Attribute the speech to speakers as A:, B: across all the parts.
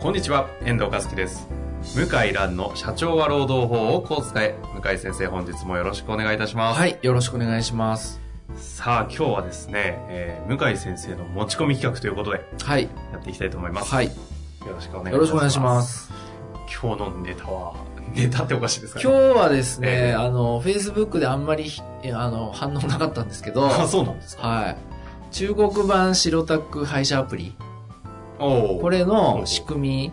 A: こんにちは、遠藤和樹です。向井蘭の社長は労働法をこう使え。向井先生、本日もよろしくお願いいたします。
B: はい、よろしくお願いします。
A: さあ、今日はですね、えー向井先生の持ち込み企画ということで、
B: はい、
A: やっていきたいと思います。。
B: はいい、
A: よろしくお願いいたします。
B: よろしくお願いしま。す。
A: 今日のネタは、ネタっておかしいですか
B: 今日はです
A: ええ
B: ね、あの、Facebook であんまり、えあの、反応なかったんですけ ど、
A: あ、そうなんですか。
B: はい。中国版白タク配車アプリ、
A: おお。
B: こ、れの仕組み、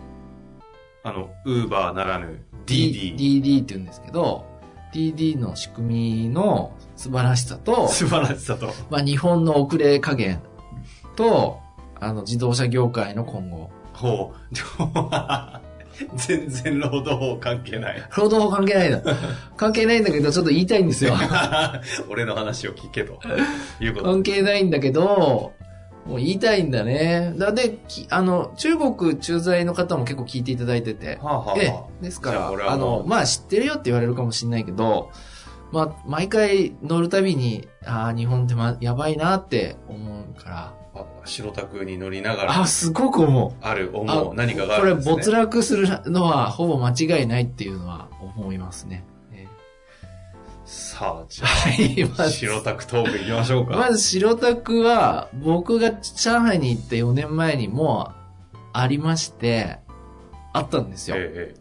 A: あの、ウーバーならぬ、DD。
B: DD って言うんですけど、DD の仕組みの素晴らし さと、
A: 素晴らしさと。
B: まあ、日本の遅れ加減と、あの、自動車業界の今後。
A: ほう。 でも全然労働法関係ない。
B: 労働法関係ないな。関係ないんだけど、ちょっと言いたいんですよ。
A: 俺の話を聞けと。いうこと
B: 関係ないんだけど、もう言いたいんだね。だで、きあの、中国駐在の方も結構聞いていただいてて。
A: はあはあはあ
B: で、ですか
A: じゃあ
B: ら、
A: 俺
B: あ
A: はもう
B: の、まあ知ってるよって言われるかもしれないけど、まあ、毎回乗るたびに、ああ、日本って、ま、やばいなって思うから。
A: あ白タクに乗りながら
B: あ、すごく思う。
A: ある
B: あ
A: 思う何かがあ
B: こ
A: る
B: れ
A: んです、ね、
B: 没落するのはほぼ間違いないっていうのは思います ね。
A: さあじゃ
B: はい、ま
A: あ
B: ず
A: 白タクトークいきましょうか、
B: まず白タクは、僕が上海に行って4年前にもうありまして、あったんですよ。
A: え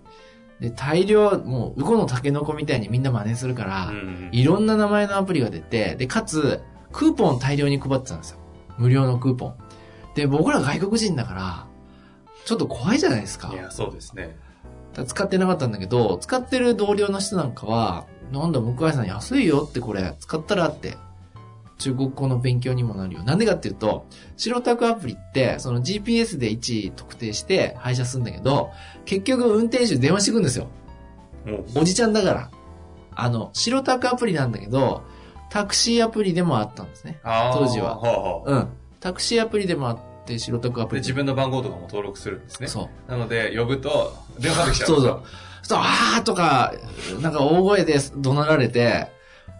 B: で、大量、もう、ウコのタケノコみたいにみんな真似するか
A: え
B: ら、
A: うん
B: いろんな名前のアプリが出て、で、かつ、クーポン大量に配ってたんですよ。無料のクーポン。で、僕ら外国人だから、ちょっと怖いじゃないですか。
A: いやそうですね
B: だから使ってなかったんだけど、使ってる同僚の人なんかは、なんだ、向井さん安いよってこれ、使ったらって、中国語の勉強にもなるよ。なんでかっていうと、白タクアプリって、その GPS で位置特定して配車するんだけど、結局運転手に電話してくんですよ。
A: もう
B: おじちゃんだから。あの、白タクアプリなんだけど、タクシーアプリでもあったんですね。
A: あー
B: 当時は
A: はあはあ
B: うん。タクシーアプリでもあって、白タクアプ
A: で
B: リで
A: 自分の
B: も
A: 番号とかも登録するんですね
B: そう。
A: なので呼ぶと電話できちゃう
B: そうそう。そう、あーとか、なんか大声で怒鳴られて、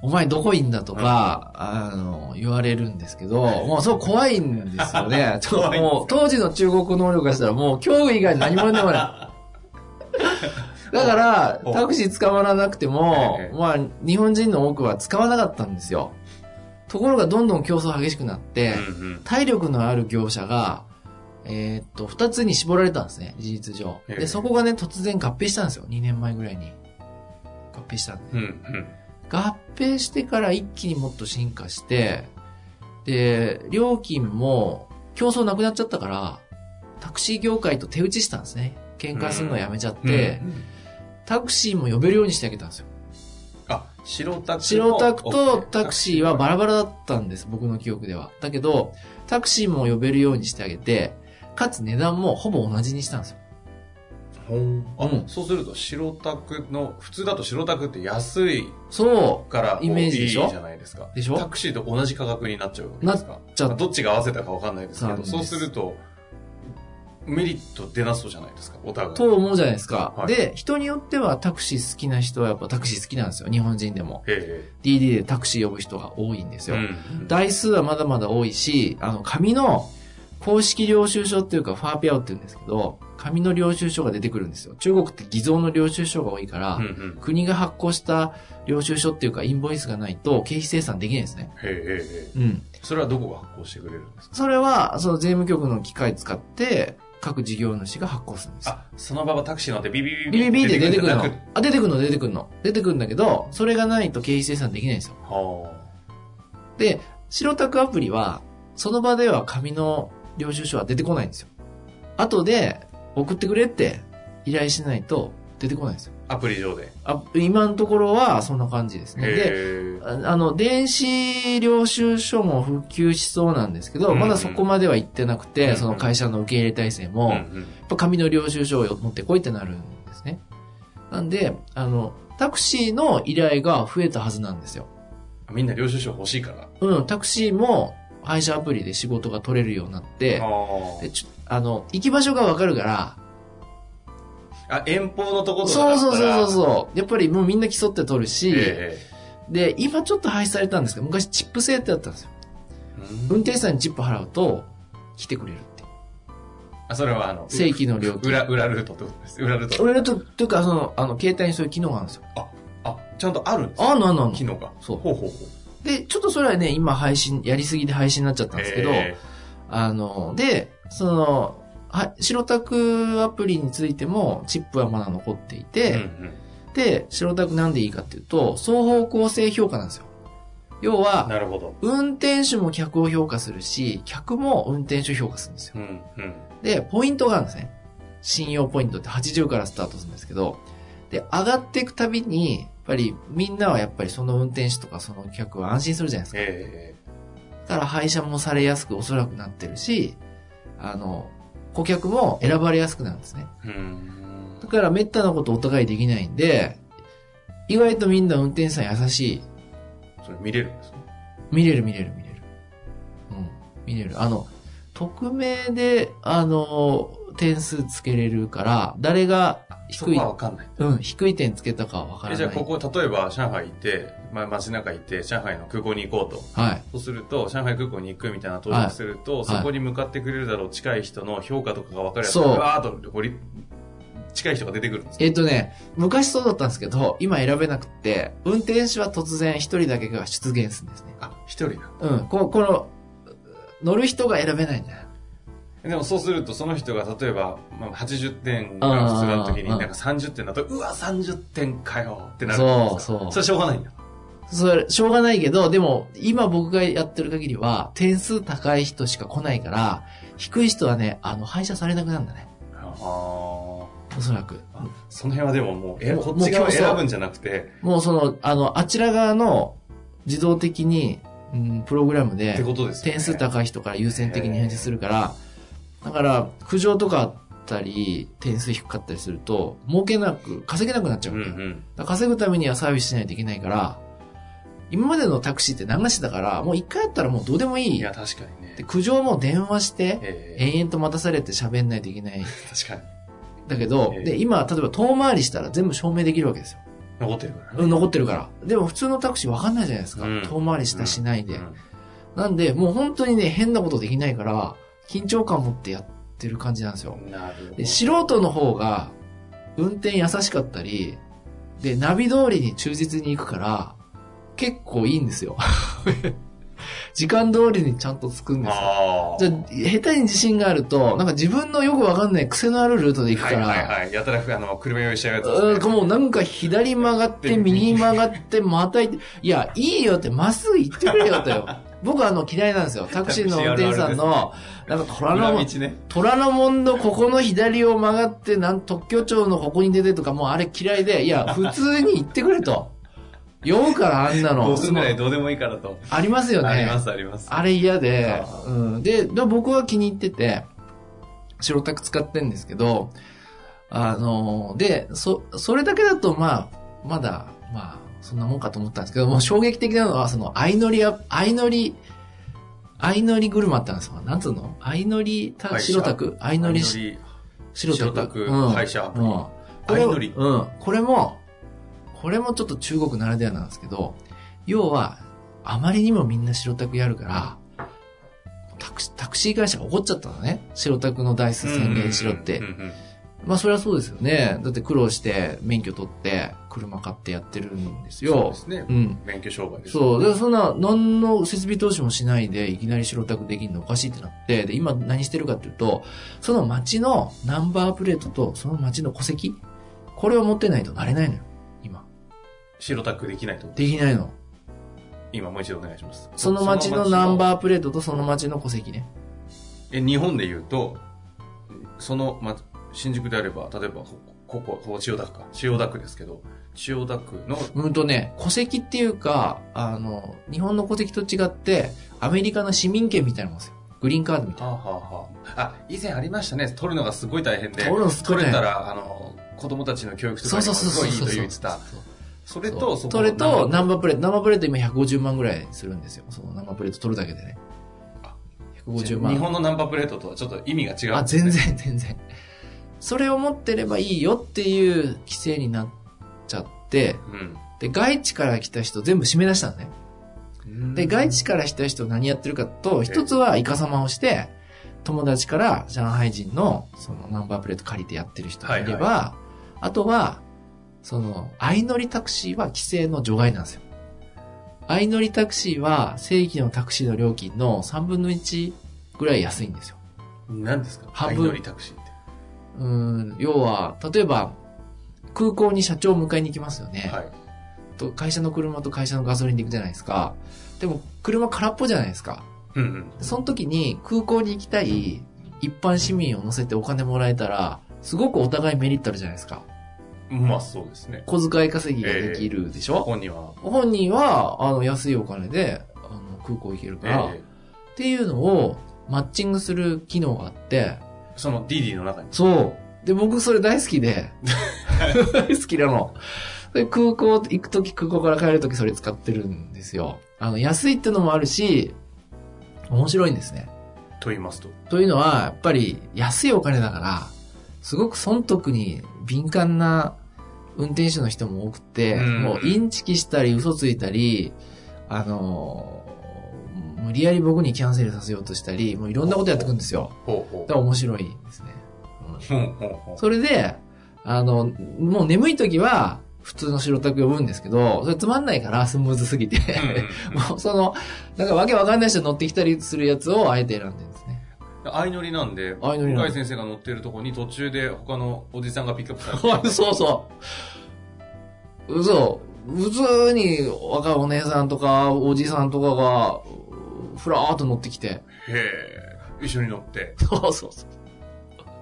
B: お前どこいんだとか、あの、言われるんですけど、もうそう怖いんですよね。ちょっ
A: 怖いんで
B: と
A: す
B: もう当時の中国能力がしたらもう恐怖以外何もで もない。だから
A: お、
B: タクシー捕まらなくても
A: ええ、
B: まあ、日本人の多くは使わなかったんですよ。ところがどんどん競争激しくなって、
A: うんうん
B: 体力のある業者が、えーっと、二つに絞られたんですね、事実上。
A: ええ
B: で、そこがね、突然合併したんですよ、2年前ぐらいに。合併したんで。
A: うんうん
B: 合併してから一気にもっと進化して、で、料金も競争なくなっちゃったから、タクシー業界と手打ちしたんですね。喧嘩するのやめちゃって、
A: うんうん
B: タクシーも呼べるようにしてあげたんですよ。
A: あ白タク
B: 白タクとタクシーはバ
A: ラ
B: ラバラだったんです、僕の記憶では。だけど、タクシーも呼べるようにしてあげて、かつ値段もほぼ同じにしたんですよ。
A: ほんあ、
B: うん
A: そうすると白タクの普通だと白タクって安い
B: そ
A: から
B: イメージでしょ
A: もういいじゃないですか
B: でしょ
A: タクシーと同じ価格になっちゃうわけですか
B: う、じゃあ、
A: どっちが合わせたかわかんないですけ
B: そう
A: ど
B: なんです
A: そうするとメリット出なそうじゃないですかお互い
B: と思うじゃないですか。
A: はい
B: で、人によってはタクシー好きな人はやっぱタクシー好きなんですよ。日本人でも。
A: え
B: DD でタクシー呼ぶ人が多いんです
A: え
B: よ。
A: うん
B: 台数はまだまだ多いし、あの、紙の公式領収書っていうか、ファーピアオって言うんですけど、紙の領収書が出てくるんですよ。中国って偽造の領収書が多いから、
A: うんうん
B: 国が発行した領収書っていうかインボイスがないと経費生産できないんですね。
A: えええええ
B: うん。
A: えそれはどこが発行してくれるんですか
B: それは、その税務局の機械使って、各事業主が発行するんですよ。
A: あその場はタクシーなんてビビビ
B: ビビビって出てくるの
A: んじゃな。
B: あ、出てくるの、出てくるの。出てくるんだけど、それがないと経費生産できないんですよ。
A: は
B: で、白タクアプリは、その場では紙の領収書は出てこないんですよ。後で、送ってくれって依頼しないと出てこないんですよ。
A: あアプリ上で。
B: あ今のところはそんな感じですね。で、
A: へ
B: ああの、電子領収書も普及しそうなんですけど、
A: うんうん
B: まだそこまでは行ってなくて、
A: うんうん
B: その会社の受け入れ体制も、
A: ー
B: やっぱ紙の領収書を持ってこいってなるんですね。なんで、あの、タクシーの依頼が増えたはずなんですよ。
A: みんな領収書欲しいから。
B: うん、タクシーも配車アプリで仕事が取れるようになって、
A: あー
B: でちょあの、行き場所がわかるから、
A: あ、遠方のとことか
B: そう
A: だったら。
B: そうそう
A: う。
B: そう、やっぱりもうみんな競って取るし、
A: え
B: で、今ちょっと廃止されたんですけど、昔チップ制ってあったんですよ。
A: えうん
B: 運転手さんにチップ払うと、来てくれるっていう。
A: あ、それはあの、
B: 正規の料金。
A: 裏、裏ルートってことです。裏ルート。
B: 俺のと、というか、その、あの、携帯にそういう機能があるんですよ。
A: あ、ちゃんとあるんですか
B: あんのあんのあんの
A: 機能が。
B: そう
A: ほうほうほ
B: で、ちょっとそれはね、今配信、やりすぎで配信になっちゃった
A: う。
B: んですけど、
A: え
B: あの、で、その、は、白タクアプリについても、チップはまだ残ってい
A: え
B: て、
A: うん
B: で、白タクなんでいいかっていうと、双方向性評価なんですよ。要
A: うん
B: は、
A: なるほど。
B: 運転手も客を評価するし、客も運転手を評価するんですよ。
A: うん、うん。
B: で、ポイントがあるんですね。信用ポイントって80からスタートするんですけど、で、上がっていくたびに、やっぱりみんなはやっぱりその運転手とかその客は安心するじゃないですか。
A: え
B: だから配車もされやすくおそらくなってるし、あの、顧客も選ばれやすくなるんですね。
A: えうん
B: だ。から滅多なことお互いできないんで、意外とみんな運転手さん優しい。
A: それ見れるんですか
B: 見れる見れる見れる。うん。見れる。あの、匿名で、あの、点数つけれるから、誰が
A: そこ
B: 低い
A: は、わかんない。
B: うん、低い点つけたかはわからな
A: え
B: い。
A: じゃあここ、例えば上海行って、まあ、街中行って、上海の空港に行こうと。
B: はい。
A: そうすると、上海空港に行くみたいな登録すると、
B: い
A: そこに向かってくれるだろう、近い人の評価とかが分かるやつ
B: そう
A: わーっとこうり近い人が出てくるんですよ
B: えっ、とね、昔そうだったんですけど、今選べなくって、運転手は突然一人だけが出現するんですね。
A: あ、一人だ。
B: うん、ここの、乗る人が選べないんだよ。
A: でもそうすると、その人が例えば、まあ、80点が普通だった時に、
B: あ
A: な
B: ー
A: んか30点だと、うわ、30点かよってなるん
B: そう、
A: ですよ。
B: そう
A: そ。れしょうがないんだ。
B: それ、しょうがないけど、でも、今僕がやってる限りは、点数高い人しか来ないから、低い人はね、あの、廃車されなくなるんだね。
A: あー
B: おそらく。
A: その辺はでももう、え
B: もう
A: こっち側
B: も
A: を
B: うそう
A: 選ぶんじゃなくて、
B: もうその、あの、あちら側の、自動的に、うん、プログラム
A: って
B: で、
A: ことですよね。
B: 点数高い人から優先的に返事するから、だから、苦情とかあったり、点数低かったりすると、儲けなく、稼げなくなっちゃう
A: うんんう
B: だ
A: ん。
B: よ。だから稼ぐためにはサービスしないといけないから、今までのタクシーって流しだから、もう一回やったらもうどうでもいい。
A: いや、確かにね
B: で、。苦情も電話して、
A: え
B: 延々と待たされて喋んないといけない。
A: ー、確かに。
B: だけど
A: え、え
B: で、今、例えば遠回りしたら全部証明できるわけですよ。
A: 残ってるからね。
B: うん、残ってるから。でも普通のタクシーわかんないじゃないですか。
A: うん
B: 遠回りしたしないで。
A: うん
B: なんで、もう本当にね、変なことできないから、緊張感持ってやってる感じなんですよ。
A: なるほど
B: で、。素人の方が、運転優しかったり、で、ナビ通りに忠実に行くから、結構いいんですよ。 時間通りにちゃんと着くんですよ。
A: ああ。
B: じゃあ下手に自信があると、なんか自分のよくわかんない癖のあるルートで行く
A: は
B: か
A: い
B: ら、
A: はいはい。やたらあの、車用意しちゃうやつですね
B: うんもうなんか左曲がって、右曲がって、また行って、いや、いいよって、まっすぐ行ってくれよ とよ。僕はあの嫌いなんですよ。タクシーの運転手さんの、なんか虎
A: 裏
B: の
A: 道
B: 門、
A: ね。
B: 虎の門のここの左を曲がって、なん特許庁のここに出てとか、もうあれ嫌いで、いや、普通に行ってくれと。酔うからあんな の
A: 5。分ぐらいどうでもいいからと。
B: ありますよね。
A: ありますあります。
B: あれ嫌で
A: あ、
B: うん、で、で僕は気に入ってて、白タク使ってんですけど、あの、で、そ、それだけだと、まあ、まだ、まあ、そんなもんかと思ったんですけど、もう衝撃的なのは、その、相乗りや、相乗り、相乗り車ってあるんですよ。なんつうの相乗りた、
A: 会社
B: 白タク相乗りし、
A: り、
B: 白
A: 白タ
B: タク。
A: ク
B: うん
A: 会社アプ
B: う
A: リ
B: ん。これ
A: 相乗り
B: うん。これも、これもちょっと中国ならではなんですけど、要は、あまりにもみんな白タクやるから、タクシー、タクシー会社が怒っちゃったのね。白タクの台数宣言しろって
A: うん。うんうん
B: まあそりゃそうですよね。だって苦労して免許取って、車買ってやってるんです
A: そう
B: よ
A: で。すね
B: う。ん。
A: 免許商売です。
B: そう。で、そんな、何の設備投資もしないで、いきなり白タクできるのおかしいってなって、で、今何してるかっていうと、その町のナンバープレートと、その町の戸籍、これを持ってないとなれないのよ。今。
A: 白タクできないと。
B: できないの。
A: 今もう一度お願いします。
B: その町のナンバープレートと、その町の戸籍ね。
A: ー。え、日本で言うと、その、ま、新宿であれば、例えばここ、ここ、ここ千代田区か。千代田区ですけど、千代田区の、
B: うんとね、戸籍っていうか、あの、日本の戸籍と違って、アメリカの市民権みたいなもんですよ。グリーンカードみたい
A: はあ、はあはあ、あ、以前ありましたね。取るのがすごい大変で。
B: な。取るのすごい
A: 取
B: ね
A: れたら、あの、子供たちの教育とか
B: そう
A: に
B: そ
A: も
B: うそう
A: すご
B: そう
A: いいい
B: そ
A: と
B: う。
A: 言ってた。
B: そう
A: それと、そこ
B: それと、ナン
A: バ
B: バープレート。ナンバープレート今150万ぐらいするんですよ。そのナンバープレート取るだけでね
A: あ。
B: 150
A: 日
B: 万。
A: 本のナンバープレートとはちょっと意味が違うんですね、
B: あ、全然全然。それを持ってればいいよっていう規制になっちゃって、で、外地から来た人全部締め出したのね。
A: うん。
B: で、外地から来た人何やってるかと、一つはイカサマをして、友達から上海人のそのナンバープレート借りてやってる人がいれば、あとは、その、相乗りタクシーは規制の除外なんですよ。相乗りタクシーは正規のタクシーの料金の3分の1ぐらい安いんですよ。
A: 何ですか
B: 半
A: 半
B: 分
A: 分乗りタクシーって。
B: うーん、要は、例えば、空港に社長を迎えに行きますよね。
A: はい。
B: と会社の車と会社のガソリンで行くじゃないですか。でも、車空っぽじゃないですか。
A: うんうん。
B: その時に空港に行きたい一般市民を乗せてお金もらえたら、すごくお互いメリットあるじゃないですか。
A: まあそうですね。
B: 小遣い稼ぎができるでしょ、
A: 本人は。
B: 本人は、あの、安いお金で、あの、空港行ける
A: え
B: から、っ
A: ー
B: ていうのを、マッチングする機能があって、
A: そのディディの中に。
B: そう。で、僕それ大好きで、大好きなの。 で空港行くとき、空港から帰るときそれ使ってるんですよ。あの、安いってのもあるし、面白いんですね。
A: と言いますと。
B: というのは、やっぱり安いお金だから、すごく損得に敏感な運転手の人も多くて、
A: うん
B: もうインチキしたり嘘ついたり、あのー、無理やり僕にキャンセルさせようとしたり、もういろんなことやってくんですよ。
A: ほうほ
B: だから面白いですね。う
A: う。
B: ん
A: ほうほうほう。
B: それで、あの、もう眠い時は、普通の白タク呼ぶんですけど、それつまんないから、スムーズすぎて。
A: うんうんうん
B: もうその、なんかわけわかんない人乗ってきたりするやつをあえて選んでるんですね。
A: 相乗りなんで、
B: 相乗りなん
A: 向
B: で
A: 井先生が乗ってるとこに途中で他のおじさんがピックアップされて。
B: そうそう。嘘。普通に若いお姉さんとかおじさんとかが、ふらーっと乗ってきて。
A: へえ。一緒に乗って、
B: そうそうそ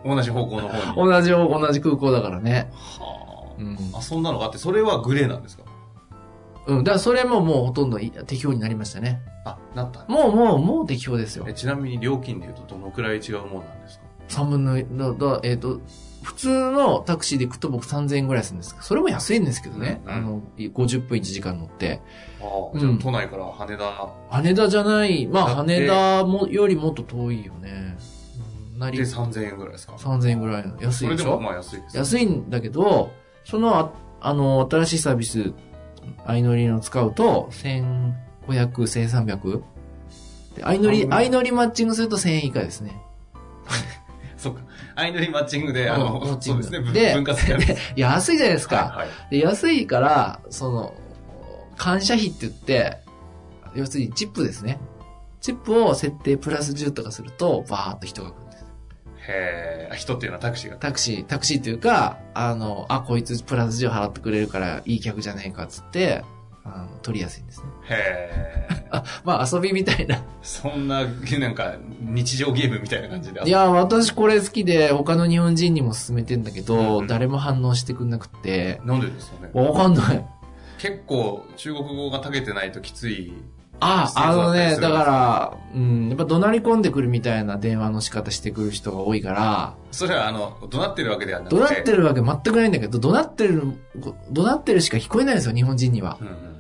B: う。
A: 同じ方向の方に。
B: 同じ、同じ空港だからね。
A: は
B: うん。
A: あ。あ、そんなのがあって、それはグレーなんですか
B: うん。だからそれももうほとんどい適用になりましたね。
A: あ、なったんだ
B: もうもう、もう適用ですよ
A: え。ちなみに料金で言うとどのくらい違うものなんですか
B: 3分の1、だだえっ、と、普通のタクシーで行くと僕3000円ぐらいするんですけど、それも安いんですけどね。
A: うん
B: あの、50分1時間乗って。
A: あ
B: う
A: あ、
B: ん
A: じゃあ都内から羽田
B: 羽田じゃない、まあ
A: だって
B: 羽田もよりもっと遠いよね。うんなり、
A: で
B: 3000
A: 3000円ぐらいですか
B: 円ぐらいの安
A: そ
B: い
A: れ
B: で
A: で
B: し
A: も
B: ょ
A: まあ安いです。
B: 安いんだけど、そのあ、あの、新しいサービス、相乗りの使うと、1500、1300。で相乗
A: う
B: り、
A: ん
B: 相乗りマッチングすると1000円以下ですね。
A: そっか。相乗りマッチングで、あ
B: うんマッ
A: の、
B: チ
A: そ
B: ン
A: う
B: グ
A: ですね。ぶ
B: で
A: 分割で。はい
B: いや安いじゃないですか。
A: はい。
B: で、安いから、その、感謝費って言って、要するにチップですね。チップを設定プラス10とかすると、バーっと人が来るんです。
A: へえ、人っていうのはタクシーが。
B: タクシー、タクシーっていうか、あの、あ、こいつプラス10払ってくれるからいい客じゃねえかっつって、あの取りやすいんですね。
A: へえ。
B: まあ遊びみたいな。
A: そんな、なんか、日常ゲームみたいな感じで。
B: いや、私これ好きで他の日本人にも勧めてんだけ
A: う
B: ど、
A: ん
B: 誰も反応してくんなくて、
A: なんでですかね。
B: わかんない。
A: 結構、中国語がたけてないときつい。
B: あ
A: 施設
B: あ、
A: だ
B: あの
A: ったりす
B: ね、
A: る
B: だから、うん、やっぱ怒鳴り込んでくるみたいな電話の仕方してくる人が多いから、
A: それは、あの、怒鳴ってるわけではなくて。
B: 怒鳴ってるわけ全くないんだけど、怒鳴ってる、怒鳴ってるしか聞こえないんですよ、日本人には
A: う。んうん。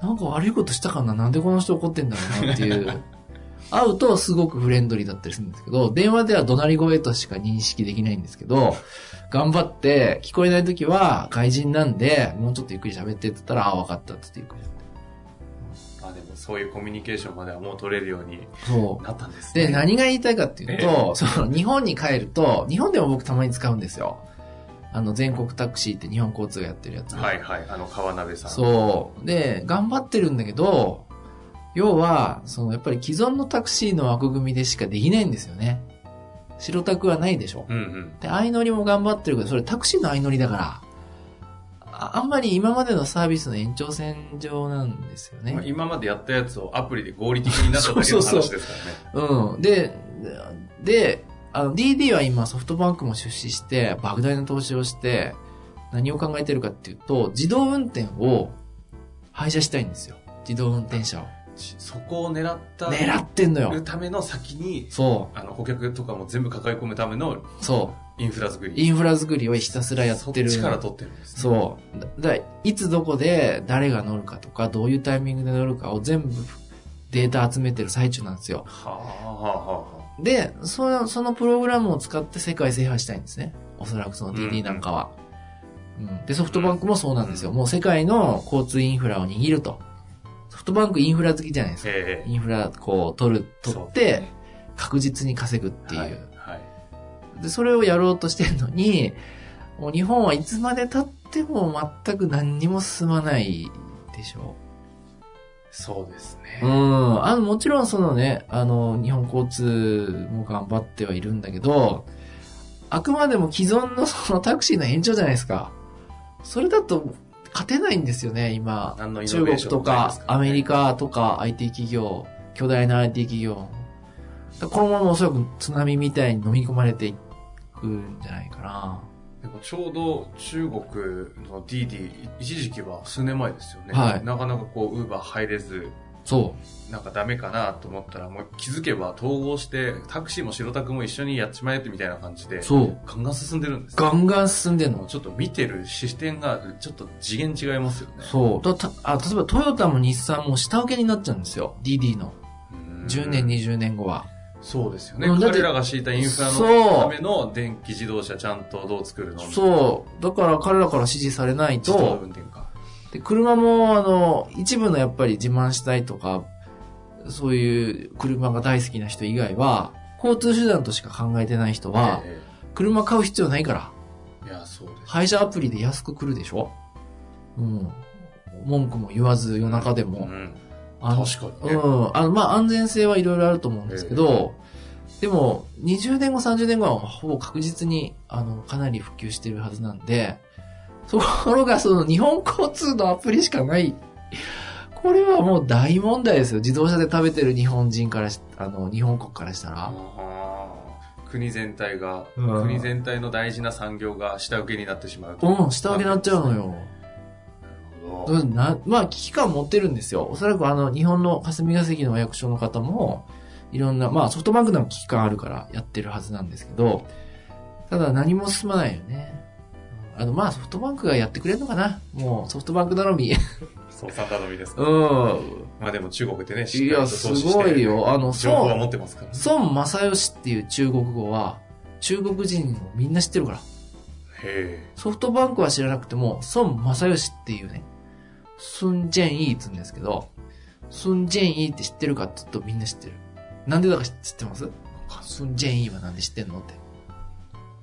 B: なんか悪いことしたかななんでこの人怒ってんだろうなっていう。 会うとすごくフレンドリーだったりするんですけど、電話では怒鳴り声としか認識できないんですけど、頑張って、聞こえない時は外人なんで、もうちょっとゆっくり喋ってって言ったら、ああ、わかったって言ってゆっくり
A: あ、でも、そういうコミュニケーションまではもう取れるように
B: そう。
A: なったんですね。
B: で、何が言いたいかっていうと、その日本に帰ると、日本でも僕たまに使うんですよ。あの、全国タクシーって日本交通がやってるやつ。
A: はいはい。あの、川鍋さん。う。
B: そう。で、頑張ってるんだけど、要は、その、やっぱり既存のタクシーの枠組みでしかできないんですよね。白タクはないでしょ。
A: うんうん。
B: で、相乗りも頑張ってるけど、それタクシーの相乗りだから、ああんまり今までのサービスの延長線上なんですよね。
A: まあ今までやったやつをアプリで合理的になっただけの 話ですからね。
B: うん。で、で、あの、DD は今ソフトバンクも出資して、莫大な投資をして、何を考えてるかっていうと、自動運転を廃車したいんですよ。自動運転車を。
A: ちそこを狙った
B: 狙ってんの
A: る
B: よ。
A: ための先に
B: そ
A: あの顧客とかも全部抱え込むための
B: う、そ
A: インフラ作
B: う。
A: り
B: インフラ作りをひたすらやってる。
A: そっちから取ってるんですね、
B: そう。だ、だいつどこで誰が乗るかとか、どういうタイミングで乗るかを全部データ集めてる最中なんですよ。
A: はあはあはあはあ
B: で、その、そのプログラムを使って世界制覇したいんですね。おそらくその
A: うんうん
B: TD なんかは。うん。で、ソフトバンクもそうなんですよ。もう世界の交通インフラを握ると。ソフトバンクインフラ好きじゃないですか。
A: ええ
B: インフラ、こう、取る、取
A: そう
B: っ
A: です
B: て
A: ね、
B: 確実に稼ぐっていう。
A: はいはい
B: で、それをやろうとしてるのに、もう日本はいつまで経っても全く何にも進まないでしょ
A: そうです
B: う。
A: ね、
B: うん。あの、もちろんそのね、あの、日本交通も頑張ってはいるんだけど、あくまでも既存のそのタクシーの延長じゃないですか。それだと勝てないんですよね、今。
A: 何のイノ
B: 中
A: ベ
B: 国
A: ーション
B: と
A: もないで
B: か
A: すら
B: ア
A: ね
B: メリカとか IT 企業、巨大な IT 企業。だからこのままおそらく津波みたいに飲み込まれていくんじゃないかな。
A: でもちょうど中国の DD 一時期は数年前ですよね、
B: はい
A: なかなかこうウーバー入れず
B: そ
A: なんかダメかなと思ったらもう気づけば統合してタクシーも白タクも一緒にやっちまえってみたいな感じで
B: う。そう。
A: ガンガン進んでるんですね
B: ガンガン進んでん
A: もう
B: の。
A: ちょっと見てる視点がちょっと次元違いますよね
B: そう。だたあ例えばトヨタも日産も下請けになっちゃうんですよ。DD の。
A: うん
B: 10年、20年後は。
A: そうですよね、
B: うんだって
A: 彼らが敷いたインフラの
B: そう
A: ための電気自動車ちゃんとどう作るのう
B: そう。だから彼らから支持されない
A: 自動
B: と、
A: 運転か
B: で車も、あの、一部のやっぱり自慢したいとか、そういう車が大好きな人以外は、交通手段としか考えてない人は、
A: え
B: 車買う必要ないから、
A: えいやそうです
B: 配車アプリで安く来るでしょうん。文句も言わず夜中で
A: う
B: も。
A: ん、
B: あの
A: 確かにね、
B: うん。あの、まあ、安全性はいろいろあると思うんですけど、でも、20年後、30年後はほぼ確実に、あの、かなり普及してるはずなんで、ところがその日本交通のアプリしかない。これはもう大問題ですよ。自動車で食べてる日本人からし、あの、日本国からしたら。
A: あー国全体が、
B: うん
A: 国全体の大事な産業が下請けになってしまうと。
B: うん、下請けになっちゃうのよ。
A: なるほど。
B: うん、な、まあ、危機感持ってるんですよ。おそらくあの、日本の霞が関のお役所の方も、いろんな、まあ、ソフトバンクなんか危機感あるからやってるはずなんですけど、ただ何も進まないよね。あの、まあ、ソフトバンクがやってくれるのかなもう、ソフトバンク頼み。
A: そう、サンタみです
B: う
A: か。
B: ん。
A: まあでも中国ってね、しっ
B: い
A: かり
B: や、
A: と
B: す
A: 投資して、
B: ごいよ。あの、
A: 情報は
B: 孫、
A: 持ってますから。
B: 孫正義っていう中国語は、中国人もみんな知ってるから。
A: へ
B: ソフトバンクは知らなくても、孫正義っていうね、スンジェンイーって言うんですけど、スンジェンイーって知ってるかって言うとみんな知ってる。なんでだか知知ってますスンジェンイーはなんで知ってんのって。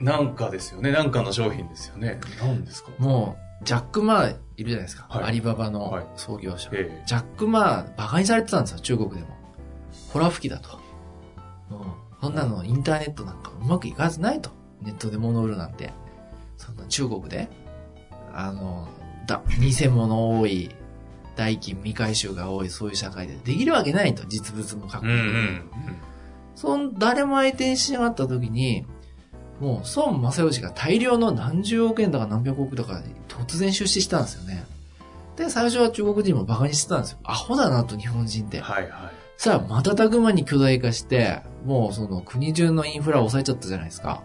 A: え。なんかですよね。なんかの商品ですよね。なんですか
B: もう、ジャック・マーいるじゃないですか。
A: はい
B: アリババ
A: はい
B: の創業者。
A: へ
B: ジャック・マー、馬鹿にされてたんですよ、中国でも。ホラ吹きだと。うん。そんなのインターネットなんかうまくいかずないと。ネットで物売るなんて。そんな中国で、あの、だ、偽物多い、代金未回収が多い、そういう社会でできるわけないと、実物も
A: え。
B: 確
A: う
B: 認
A: んうんうん。
B: そん、誰も相手にしなかった時に、もう、孫正義が大量の何十億円だか何百億だかに突然出資したんですよね。で、最初は中国人も馬鹿にしてたんですよ。アホだなと日本人って。
A: はいは
B: さあ、瞬く間に巨大化して、もうその国中のインフラを抑えちゃったじゃないですか。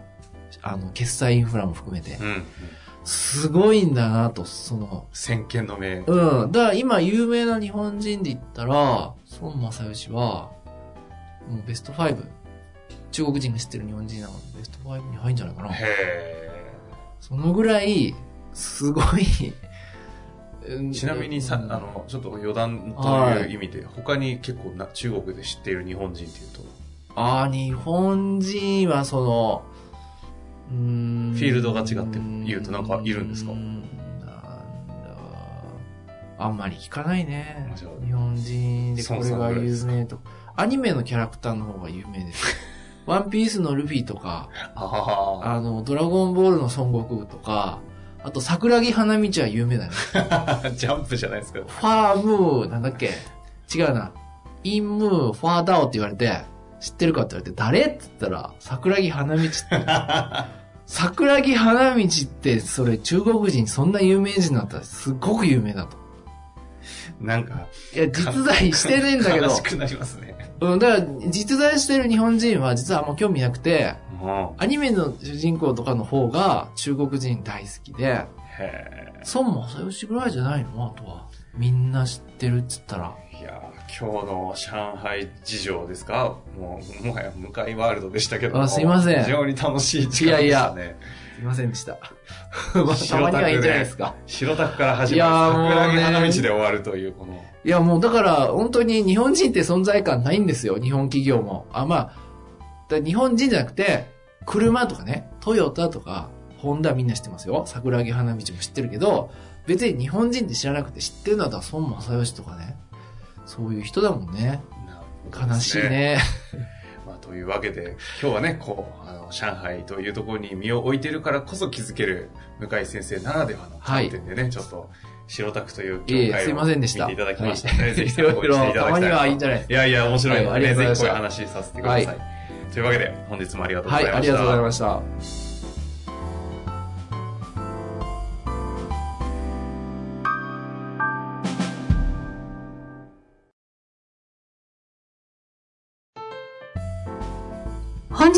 B: あの、決済インフラも含めて
A: い。う。ん。
B: すごいんだなと、その、
A: 先見の明。
B: うん。だから今有名な日本人で言ったら、孫正義は、もうベスト5。中国人が知ってる日本人なのでベスト5に入るんじゃないかな。
A: へ
B: そのぐらい、すごいうん。
A: え。ちなみにさ、あ
B: うん
A: の、ちょっと余談と
B: はい
A: いう意味で、他に結構な中国で知っている日本人っていうと、
B: あー日本人はその、うーん
A: フィールドが違って言うとなんかいるんですか
B: うーなんだ。あんまり聞かないね
A: あじゃ。あ
B: 日本人でこ
A: 孫
B: れ
A: さんぐら
B: が
A: いで
B: 有
A: す
B: 名とか。アニメのキャラクターの方が有名 です。ワンピースのルフィとか、
A: あ
B: あの、ドラゴンボールの孫悟空とか、あと桜木花道は有名だね。
A: あ、 ジャンプじゃないですか。
B: ファームー、なんだっけ違うな。インムー、ファーダ オって言われて、知ってるかって言われて、誰って言ったら、桜木花道って。桜木花道って、それ中国人そんな有名人だったらすっごく有名だと。
A: なんか、
B: いや、実在してねえんだけど
A: 悲、しくなりますね。
B: うん、だから実在してる日本人は実はあんま興味なくて、
A: も
B: アニメの主人公とかの方が中国人大好きで、
A: う、へ
B: 孫正義ぐらいじゃないのあとは。みんな知ってるっつったら。
A: え。いやー、今日の上海事情ですかもう、もはや向かいワールドでしたけども。
B: あすいません
A: 非常に楽しい時間でしたね。いやいや。
B: すいませんでした。
A: まあ
B: たまにはいいんじゃないですか。
A: 白タクから始
B: いやー
A: ま
B: も
A: る
B: うね
A: 桜木花道で終わるという、この。
B: いや、もうだから、本当に日本人って存在感ないんですよ。日本企業も。あ、まあ、だ日本人じゃなくて、車とかね、トヨタとか、ホンダみんな知ってますよ。桜木花道も知ってるけど、別に日本人って知らなくて知ってるのは孫正義とかね。そういう人だもんね。
A: なるほど
B: 悲
A: で
B: し
A: す
B: いね。
A: まあ、というわけで、今日はね、こう、あの、上海というところに身を置いているからこそ気づける向井先生ならではの観点でね、ちょっと、白タクという
B: いえ
A: 業
B: いえ、
A: 界
B: すい
A: を
B: ませんで
A: 見
B: した。
A: ていただきました
B: は
A: ね。
B: い
A: ぜひ
B: い
A: 参
B: ろ
A: 考
B: い
A: にして
B: ろ、
A: いた
B: た
A: だ
B: ま
A: きた
B: に
A: いな
B: はいいんじゃないです
A: いやいや、面白い
B: は
A: の
B: いあり
A: で、
B: が
A: ね、
B: とう
A: ぜ
B: ご
A: ひこ
B: ざ
A: うい
B: いう
A: 話
B: ま
A: させてください。
B: は
A: というわけで、本日もありがとう
B: か。
A: ござ
B: はい
A: ました。
B: い、ありがとうございました。
C: 本